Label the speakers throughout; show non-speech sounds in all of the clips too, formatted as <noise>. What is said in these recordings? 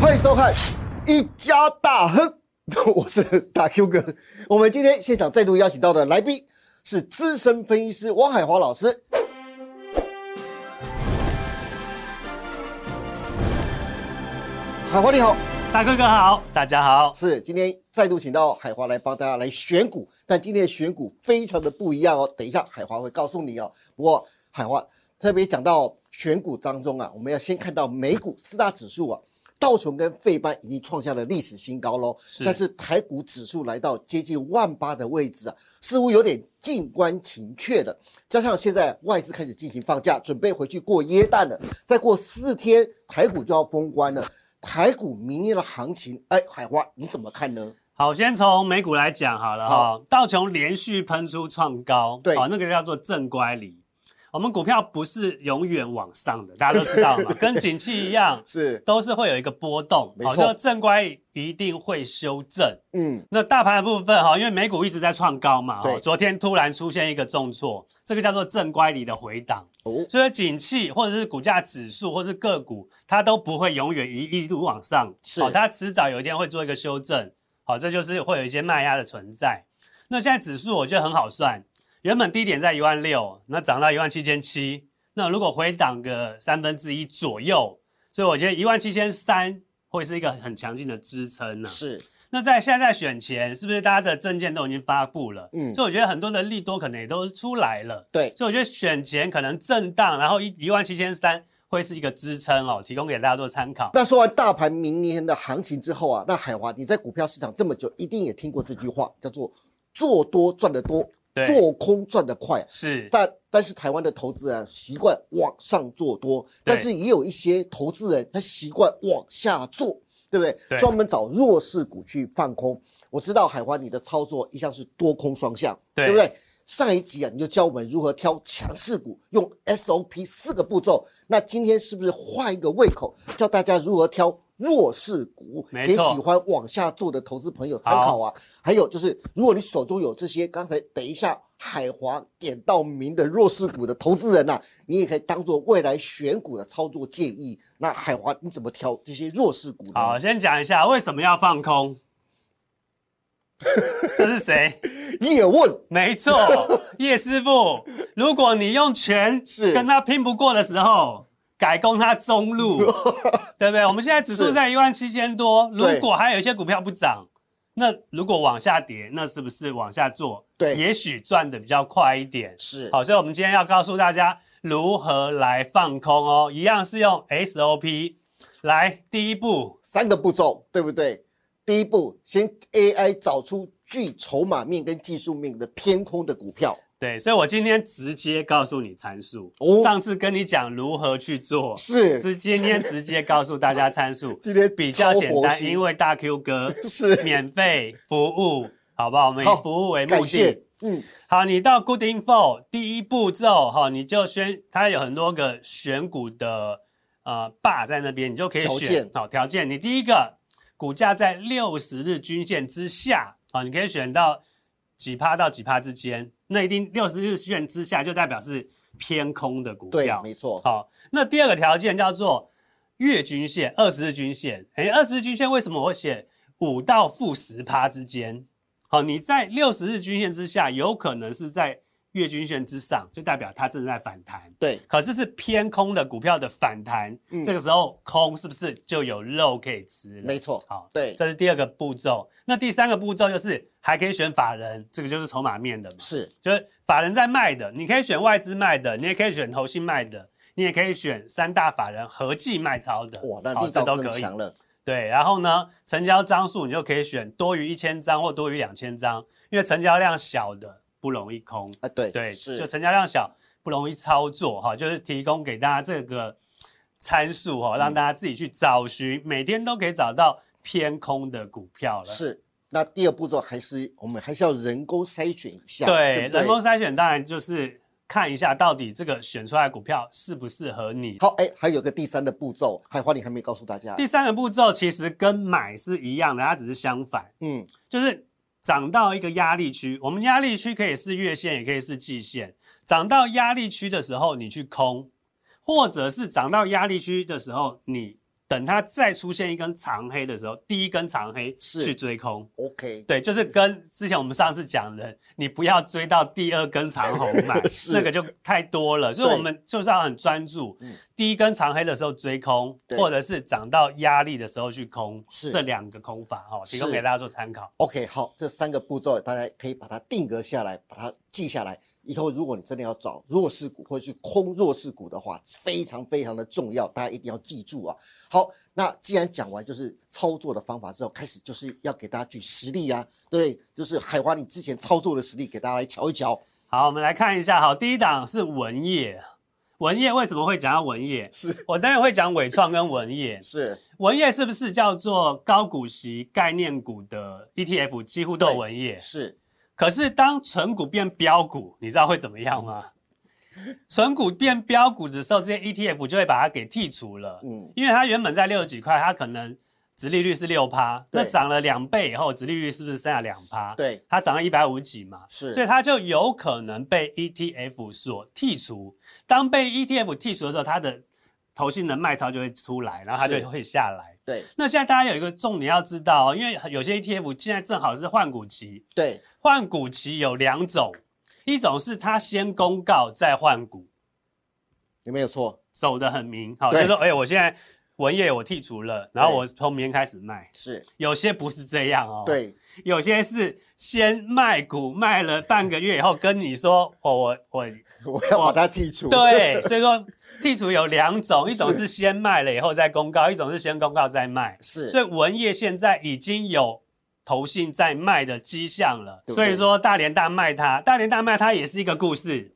Speaker 1: 欢迎收看《一家大亨》， <laughs> 我是大 Q 哥。我们今天现场再度邀请到的来宾是资深分析师汪海华老师。海华你好，
Speaker 2: 大哥哥好，大家好。
Speaker 1: 是今天再度请到海华来帮大家来选股，但今天的选股非常的不一样哦。等一下海华会告诉你哦。不过海华特别讲到选股当中啊，我们要先看到美股四大指数啊，道琼跟费班已经创下了历史新高喽。
Speaker 2: 是
Speaker 1: 但是台股指数来到接近万八的位置啊，似乎有点静观情却的。加上现在外资开始进行放假，准备回去过耶诞了，再过四天台股就要封关了。台股明年的行情，哎，海花你怎么看呢？
Speaker 2: 好，先从美股来讲好了哈、道琼连续喷出创高，
Speaker 1: 对
Speaker 2: 好、那个叫做正乖离。我们股票不是永远往上的，大家都知
Speaker 1: <laughs>
Speaker 2: 道嘛，跟景气一样，
Speaker 1: 是，
Speaker 2: 都是会有一个波动。
Speaker 1: 没
Speaker 2: 好，
Speaker 1: 错
Speaker 2: 这个正乖离一定会修正。
Speaker 1: 嗯，
Speaker 2: 那大盘的部分哈，因为美股一直在创高嘛，
Speaker 1: 对
Speaker 2: 哈，昨天突然出现一个重挫，这个叫做正乖离的回档。
Speaker 1: 哦，
Speaker 2: 所以景气或者是股价指数或者是个股，它都不会永远一一路往上，
Speaker 1: 是
Speaker 2: 好、它迟早有一天会做一个修正，好、这就是会有一些卖压的存在。那现在指数我觉得很好算，原本低点在一万六，那涨到一万七千七，那如果回档个三分之一左右，所以我觉得一万七千三会是一个很强劲的支撑呢、
Speaker 1: 是，
Speaker 2: 那在现在在选前，是不是大家的证件都已经发布了？
Speaker 1: 嗯
Speaker 2: 嗯，所以我觉得很多的利多可能也都出来了。
Speaker 1: 对，
Speaker 2: 所以我觉得选前可能震荡，然后一一万七千三会是一个支撑哦，提供给大家做参考。
Speaker 1: 那说完大盘明年的行情之后啊，那海华，你在股票市场这么久，一定也听过这句话，叫做“做多赚得多，
Speaker 2: 对
Speaker 1: 做空赚得快”。啊
Speaker 2: 是
Speaker 1: 但但是台湾的投资人习惯往上做多，但是也有一些投资人他习惯往下做，对不对？
Speaker 2: 对
Speaker 1: 专门找弱势股去放空。我知道海华你的操作一向是多空双向，
Speaker 2: 对
Speaker 1: 不对？上一集啊，你就教我们如何挑强势股，用 SOP 四个步骤。那今天是不是换一个胃口，教大家如何挑弱势股，
Speaker 2: 没
Speaker 1: 给
Speaker 2: 错
Speaker 1: 喜欢往下做的投资朋友参考啊？还有就是，如果你手中有这些刚才等一下海华点到名的弱势股的投资人呐、啊你也可以当做未来选股的操作建议。那海华你怎么挑这些弱势股呢？
Speaker 2: 好，先讲一下为什么要放空。这是谁？
Speaker 1: 叶问
Speaker 2: 没错，叶师傅。如果你用拳
Speaker 1: 是
Speaker 2: 跟他拼不过的时候，改攻他中
Speaker 1: <laughs>
Speaker 2: 路，对不对？我们现在指数
Speaker 1: 是
Speaker 2: 在一万七千多，如
Speaker 1: 对
Speaker 2: 果还有一些股票不涨，那如果往下跌，那是不是往下做？
Speaker 1: 对
Speaker 2: 也许赚的比较快一点。
Speaker 1: 是
Speaker 2: 好，所以我们今天要告诉大家如何来放空哦，一样是用 SOP。来，第一步，
Speaker 1: 三个步骤，对不对？第一步，先 AI 找出具筹码面跟技术面的偏空的股票。
Speaker 2: 对，所以我今天直接告诉你参数。
Speaker 1: 哦
Speaker 2: 上次跟你讲如何去做，
Speaker 1: 是，
Speaker 2: 是今天直接告诉大家参数
Speaker 1: <laughs> 今天
Speaker 2: 比较简
Speaker 1: 超佛
Speaker 2: 单，
Speaker 1: 心
Speaker 2: 因为大 Q 哥
Speaker 1: <laughs> 是
Speaker 2: 免费服务，好不好？我们以
Speaker 1: 好
Speaker 2: 服务为目
Speaker 1: 感
Speaker 2: 的
Speaker 1: 谢。，嗯，
Speaker 2: 好，你到 Good Info 第一步骤哈、你就选，它有很多个选股的呃 bar 在那边，你就可以
Speaker 1: 条
Speaker 2: 选
Speaker 1: 件
Speaker 2: 好条件。你第一个股价在六十日均线之下啊、你可以选到几趴到几趴之间，那一定六十日均线之下就代表是偏空的股
Speaker 1: 对
Speaker 2: 票，。
Speaker 1: 没错，
Speaker 2: 好，那第二个条件叫做月均线、二十日均线。哎，二十日均线为什么我会写五到负十趴之间？好，你在六十日均线之下，有可能是在月均线之上，就代表它正在反弹。
Speaker 1: 对，
Speaker 2: 可是是偏空的股票的反弹，
Speaker 1: 嗯
Speaker 2: 这个时候空是不是就有肉可以吃了？
Speaker 1: 没错
Speaker 2: 好，
Speaker 1: 对
Speaker 2: 这是第二个步骤。那第三个步骤就是还可以选法人，这个就是筹码面的嘛。
Speaker 1: 是
Speaker 2: 就是法人在卖的，你可以选外资卖的，你也可以选投信卖的，你也可以选三大法人合计卖超的。
Speaker 1: 哇，那
Speaker 2: 好
Speaker 1: 力
Speaker 2: 哦这
Speaker 1: 道
Speaker 2: 都
Speaker 1: 更
Speaker 2: 可以。
Speaker 1: 强了，
Speaker 2: 对，然后呢，成交张数你就可以选多于一千张或多于两千张，因为成交量小的不容易空。
Speaker 1: 啊，对，，
Speaker 2: 对，就是成交量小不容易操作哈，就是提供给大家这个参数
Speaker 1: 嗯
Speaker 2: 哈，让大家自己去找寻，每天都可以找到偏空的股票了。
Speaker 1: 是。那第二步骤还是我们还是要人工筛选一下，
Speaker 2: 对，
Speaker 1: 不对
Speaker 2: 人工筛选当然就是看一下到底这个选出来的股票适不适合你。
Speaker 1: 好，哎，还有个第三的步骤，海花你还没告诉大家，
Speaker 2: 第三个步骤其实跟买是一样的，它只是相反，
Speaker 1: 嗯，
Speaker 2: 就是涨到一个压力区，我们压力区可以是月线，也可以是季线。涨到压力区的时候，你去空，或者是涨到压力区的时候，你等它再出现一根长黑的时候，第一根长黑
Speaker 1: 是
Speaker 2: 去追空。
Speaker 1: OK，
Speaker 2: 对，就是跟之前我们上次讲的，你不要追到第二根长红嘛
Speaker 1: <laughs> 是，
Speaker 2: 那个就太多了，所以
Speaker 1: 对
Speaker 2: 我们就是要很专注
Speaker 1: 嗯。
Speaker 2: 第一根长黑的时候追空，
Speaker 1: 对
Speaker 2: 或者是涨到压力的时候去空，
Speaker 1: 是
Speaker 2: 这两个空法哦，提供
Speaker 1: 是
Speaker 2: 给大家做参考。
Speaker 1: OK，好，这三个步骤大家可以把它定格下来，把它记下来。以后如果你真的要找弱势股或者去空弱势股的话，非常非常的重要，大家一定要记住啊。好，那既然讲完就是操作的方法之后，开始就是要给大家举实例啊，对不对，就是海华你之前操作的实例，给大家来瞧一瞧。
Speaker 2: 好，我们来看一下，好，第一档是文业，文业为什么会讲到文业？
Speaker 1: 是
Speaker 2: 我当然会讲伟创跟文业，
Speaker 1: 是，
Speaker 2: 文业是不是叫做高股息概念股的 ETF，几乎都有
Speaker 1: 对
Speaker 2: 文业？
Speaker 1: 是
Speaker 2: 可是当纯股变标股，你知道会怎么样吗？纯股变标股的时候，这些 ETF 就会把它给剔除了，
Speaker 1: 嗯
Speaker 2: 因为它原本在六十几块，它可能殖利率是六趴，
Speaker 1: 对
Speaker 2: 那涨了两倍以后，殖利率是不是剩下两趴？，
Speaker 1: 对
Speaker 2: 它涨了一百五几嘛，所以
Speaker 1: 是
Speaker 2: 它就有可能被 ETF 所剔除。当被 ETF 剔除的时候，它的投信的卖超就会出来，然后它
Speaker 1: 是
Speaker 2: 就会下来。
Speaker 1: 对
Speaker 2: 那现在大家有一个重点要知道哦，因为有些 ETF 现在正好是换股期，
Speaker 1: 对
Speaker 2: 换股期有两种，一种是他先公告再换股，
Speaker 1: 你没有错，
Speaker 2: 走得很明，好，就
Speaker 1: 对
Speaker 2: 是说，哎、我现在文业我剔除了，然后我从明天开始卖。
Speaker 1: 是
Speaker 2: 有些不是这样哦，，
Speaker 1: 对
Speaker 2: 有些是先卖股，卖了半个月以后跟你说，哦，我
Speaker 1: <laughs>
Speaker 2: 我
Speaker 1: 我要把它剔除。
Speaker 2: 对，所以说剔除有两种，一种
Speaker 1: 是
Speaker 2: 是先卖了以后再公告，一种是先公告再卖。
Speaker 1: 是
Speaker 2: 所以文业现在已经有投信在卖的迹象了，
Speaker 1: 对不
Speaker 2: 所
Speaker 1: 对
Speaker 2: 以说大连大卖它，大连大卖它也是一个故事。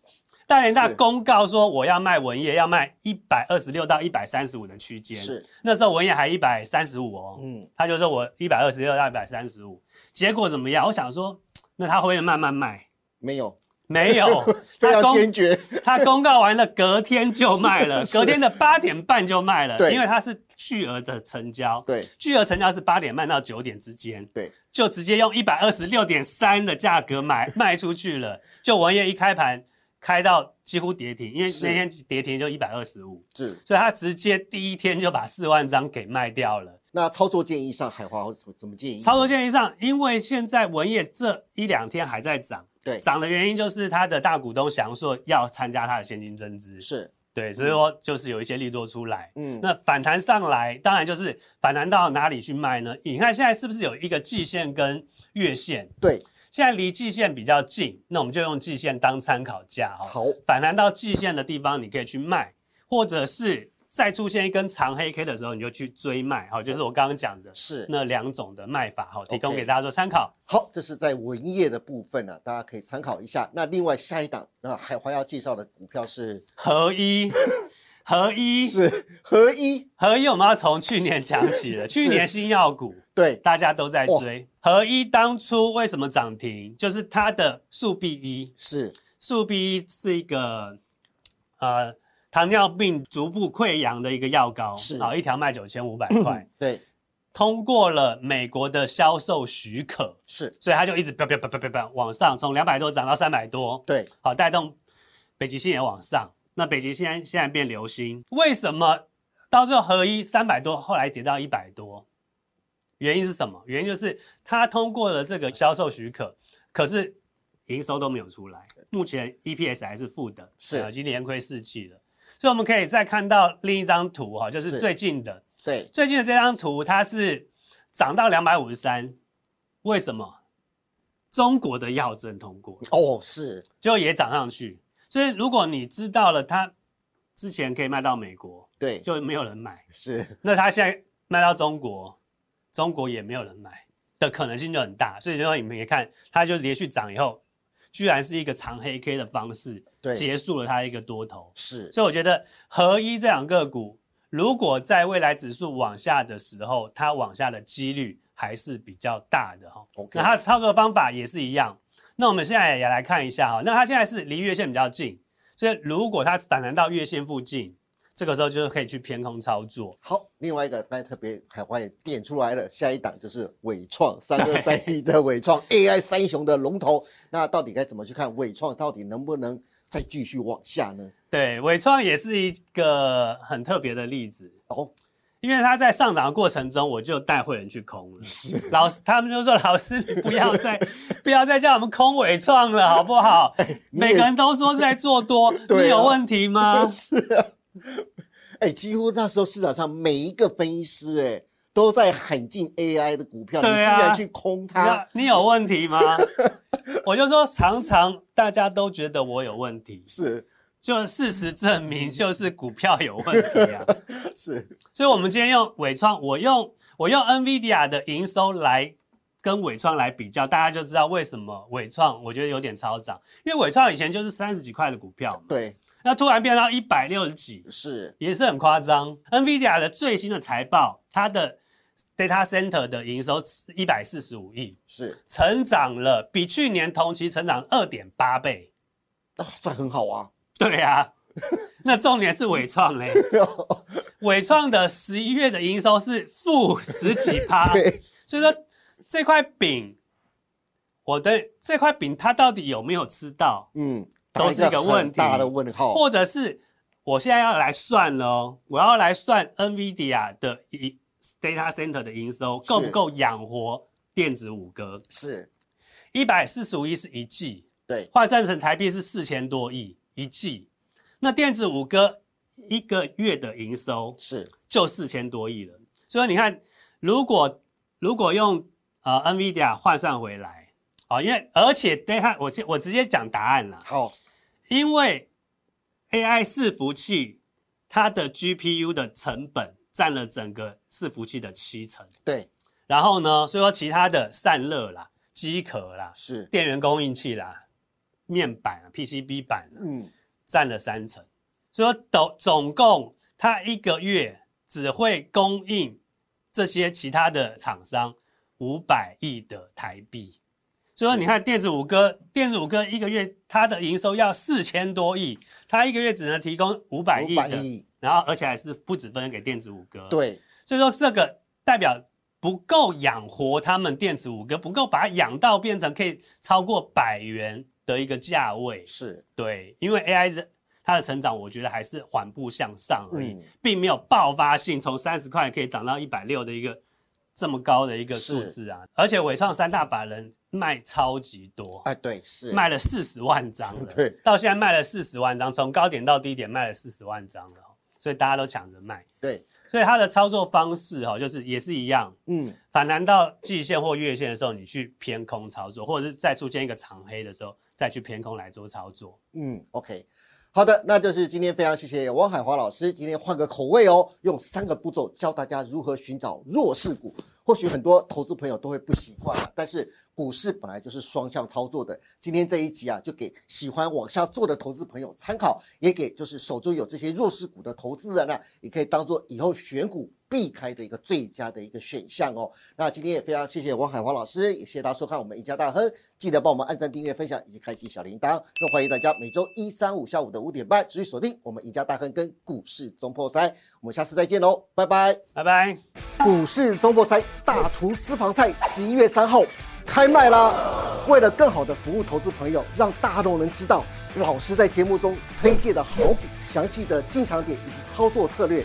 Speaker 2: 大连大
Speaker 1: 是
Speaker 2: 公告说我要卖文业，要卖一百二十六到一百三十五的区间，
Speaker 1: 是
Speaker 2: 那时候文业还一百三十五哦，
Speaker 1: 嗯
Speaker 2: 他就说我一百二十六到一百三十五，结果怎么样？我想说，那他会不会慢慢卖？
Speaker 1: 没有，，
Speaker 2: 没有
Speaker 1: <laughs> 非
Speaker 2: 他
Speaker 1: 常
Speaker 2: 公
Speaker 1: 坚决。
Speaker 2: 他公告完了，隔天就卖
Speaker 1: <laughs>
Speaker 2: 了，
Speaker 1: 是
Speaker 2: 隔天的八点半就卖了，
Speaker 1: 对
Speaker 2: 因为它是巨额的成交，
Speaker 1: 对
Speaker 2: 巨额成交是八点半到九点之间，
Speaker 1: 对
Speaker 2: 就直接用一百二十六点三的价格买 <laughs> 卖出去了。就文业一开盘开到几乎跌停，因为
Speaker 1: 是
Speaker 2: 那天跌停就一百二十五，
Speaker 1: 是。
Speaker 2: 所以他直接第一天就把四万张给卖掉了。
Speaker 1: 那操作建议上，海华会怎么怎么建议？
Speaker 2: 操作建议上，因为现在文业这一两天还在涨，
Speaker 1: 对
Speaker 2: 涨的原因就是他的大股东翔硕要参加他的现金增资，
Speaker 1: 是，
Speaker 2: 对，所以说就是有一些利多出来。
Speaker 1: 嗯，
Speaker 2: 那反弹上来，当然就是反弹到哪里去卖呢？你看现在是不是有一个季线跟月线？
Speaker 1: 对，
Speaker 2: 现在离季线比较近，那我们就用季线当参考价哈、
Speaker 1: 好，
Speaker 2: 反弹到季线的地方，你可以去卖，或者是再出现一根长黑 K 的时候，你就去追卖。好、就是我刚刚讲的
Speaker 1: 是，
Speaker 2: 那两种的卖法，好、提供
Speaker 1: OK
Speaker 2: 给大家做参考。
Speaker 1: 好，这是在文业的部分呢、啊大家可以参考一下。那另外下一档，那海华要介绍的股票是
Speaker 2: 合一，合一，
Speaker 1: 是合一，
Speaker 2: 合一，我们要从去年讲起
Speaker 1: <laughs>
Speaker 2: 了，去年新药股。
Speaker 1: 对，
Speaker 2: 大家都在追。合一当初为什么涨停？就是它的速必一，
Speaker 1: 是，
Speaker 2: 速必一是一个呃糖尿病逐步溃疡的一个药膏，
Speaker 1: 是
Speaker 2: 好一条卖九千五百块，
Speaker 1: 对，
Speaker 2: 通过了美国的销售许可，
Speaker 1: 是，
Speaker 2: 所以它就一直飙飙飙飙飙飙往上，从两百多涨到三百多，
Speaker 1: 对，
Speaker 2: 好带动北极星也往上。那北极星现在变流星，为什么到最后合一三百多，后来跌到一百多？原因是什么？原因就是它通过了这个销售许可，可是营收都没有出来，目前 EPS 还是负的，
Speaker 1: 是
Speaker 2: 呃今年亏四季了。所以我们可以再看到另一张图哈，就是是最近的
Speaker 1: 对，
Speaker 2: 最近的这张图，它是涨到两百五十三，为什么？中国的药证通过，
Speaker 1: 哦，是，
Speaker 2: 就也涨上去。所以如果你知道了它之前可以卖到美国，
Speaker 1: 对，
Speaker 2: 就没有人买，
Speaker 1: 是，
Speaker 2: 那它现在卖到中国，中国也没有人买的可能性就很大。所以就说你们也看，它就连续涨以后，居然是一个长黑 K 的方式
Speaker 1: 对，
Speaker 2: 结束了它一个多头。
Speaker 1: 是，
Speaker 2: 所以我觉得合一这两个股，如果在未来指数往下的时候，它往下的几率还是比较大的哈、
Speaker 1: OK
Speaker 2: 那它的操作方法也是一样。那我们现在也来看一下哈、那它现在是离月线比较近，所以如果它反弹到月线附近，这个时候就是可以去偏空操作。
Speaker 1: 好，另外一个刚才特别海华也点出来了，下一档就是伟创三二三一的伟创 AI 三雄的龙头，那到底该怎么去看伟创到底能不能再继续往下呢？
Speaker 2: 对，伟创也是一个很特别的例子。
Speaker 1: 哦，
Speaker 2: 因为它在上涨的过程中，我就带会员去空了。老师他们就说：“老师，你不要再不要再叫我们空伟创了，好不好？”
Speaker 1: <laughs> 哎你
Speaker 2: 每
Speaker 1: 也
Speaker 2: 个人都说是在做多，
Speaker 1: <laughs> 对啊
Speaker 2: 你有问题吗？
Speaker 1: <laughs> 啊哎，几乎那时候市场上每一个分析师，哎，都在喊进 AI 的股票，你
Speaker 2: 对
Speaker 1: 竟
Speaker 2: 啊
Speaker 1: 然去空它，
Speaker 2: 你有你有问题吗？我就说，常常大家都觉得我有问题，
Speaker 1: 是
Speaker 2: 就事实证明就是股票有问题啊。
Speaker 1: 是，
Speaker 2: 所以，我们今天用伟创，我用我用 NVIDIA 的营收来跟伟创来比较，大家就知道为什么伟创我觉得有点超涨，因为伟创以前就是三十几块的股票嘛，
Speaker 1: 对，
Speaker 2: 那突然变到一百六十几，
Speaker 1: 是
Speaker 2: 也是很夸张。NVIDIA 的最新的财报，它的 data center 的营收一百四十五亿，
Speaker 1: 是
Speaker 2: 成长了，比去年同期成长二点八倍。
Speaker 1: 啊，这很好啊， <laughs>
Speaker 2: 对啊， <laughs> 那重点是伟创 <laughs> 嘞，伟创的十一月的营收是负十几 <laughs> 趴，
Speaker 1: 对，
Speaker 2: 所以说这块饼，我的这块饼它到底有没有吃到，
Speaker 1: 嗯，
Speaker 2: 都是一个问
Speaker 1: 很
Speaker 2: 题
Speaker 1: 大的问号，
Speaker 2: 或者是我现在要来算了哦，我要来算 NVIDIA 的一 data center 的营收够不够养活电子五哥？
Speaker 1: 是
Speaker 2: 一百四十五亿是一季，
Speaker 1: 对，
Speaker 2: 换算成台币是四千多亿一季。那电子五哥一个月的营收
Speaker 1: 是
Speaker 2: 就四千多亿了，所以你看，如果如果用呃 NVIDIA 换算回来，啊、因为而且等一下我先我直接讲答案啦，
Speaker 1: 好，
Speaker 2: 因为 AI 伺服器它的 GPU 的成本占了整个伺服器的七成，
Speaker 1: 对，
Speaker 2: 然后呢，所以说其他的散热啦、机壳啦、
Speaker 1: 是，
Speaker 2: 电源供应器啦、面板啊、PCB 板啊，
Speaker 1: 嗯，
Speaker 2: 占了三成，所以说总总共它一个月只会供应这些其他的厂商五百亿的台币。所以说，
Speaker 1: 是
Speaker 2: 你看电子五哥，电子五哥一个月它的营收要四千多亿，它一个月只能提供五百亿
Speaker 1: 五百
Speaker 2: 的，
Speaker 1: 亿，
Speaker 2: 然后而且还是不止分给电子五哥。，
Speaker 1: 对，
Speaker 2: 所以说这个代表不够养活他们电子五哥，不够把它养到变成可以超过百元的一个价位。
Speaker 1: 是，
Speaker 2: 对，因为 AI 的它的成长，我觉得还是缓步向上而已，
Speaker 1: 嗯
Speaker 2: 并没有爆发性，从三十块可以涨到一百六的一个这么高的一个数
Speaker 1: 是
Speaker 2: 字啊！而且伟创三大法人卖超级多，
Speaker 1: 哎，对，是，
Speaker 2: 卖了四十万张了，
Speaker 1: 对，
Speaker 2: 到现在卖了四十万张，从高点到低点卖了四十万张了哦，所以大家都抢着卖，
Speaker 1: 对，
Speaker 2: 所以它的操作方式哦，就是也是一样，
Speaker 1: 嗯，
Speaker 2: 反弹到季线或月线的时候，你去偏空操作，或者是再出现一个长黑的时候，再去偏空来做操作。
Speaker 1: 嗯，OK，好的，那就是今天非常谢谢汪海华老师，今天换个口味哦，用三个步骤教大家如何寻找弱势股。或许很多投资朋友都会不习惯啊，但是股市本来就是双向操作的。今天这一集啊，就给喜欢往下做的投资朋友参考，也给就是手中有这些弱势股的投资人啊，也可以当做以后选股避开的一个最佳的一个选项哦。那今天也非常谢谢王海华老师，也谢谢大家收看我们赢家大亨，记得帮我们按赞、订阅、分享以及开启小铃铛。那欢迎大家每周一、三、五下午的五点半持续锁定我们赢家大亨跟股市中破塞，我们下次再见喽，拜拜。
Speaker 2: 拜拜。
Speaker 1: 股市周末赛大厨私房菜十一月三号开卖啦！为了更好的服务投资朋友，让大众能知道老师在节目中推荐的好股、详细的进场点以及操作策略，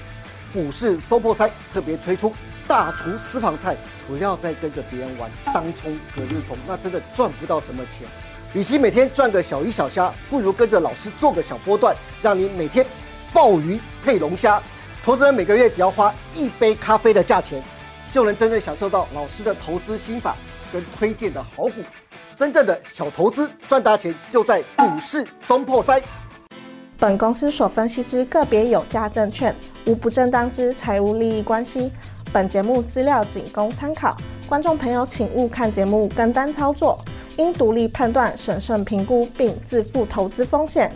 Speaker 1: 股市周末赛特别推出大厨私房菜，不要再跟着别人玩当冲、隔日冲，那真的赚不到什么钱。与其每天赚个小鱼小虾，不如跟着老师做个小波段，让你每天鲍鱼配龙虾。投资人每个月只要花一杯咖啡的价钱，就能真正享受到老师的投资心法跟推荐的好股。真正的小投资赚大钱，就在股市中破塞。
Speaker 3: 本公司所分析之个别有价证券，无不正当之财务利益关系。本节目资料仅供参考，观众朋友请勿看节目跟单操作，应独立判断、审慎评估并自负投资风险。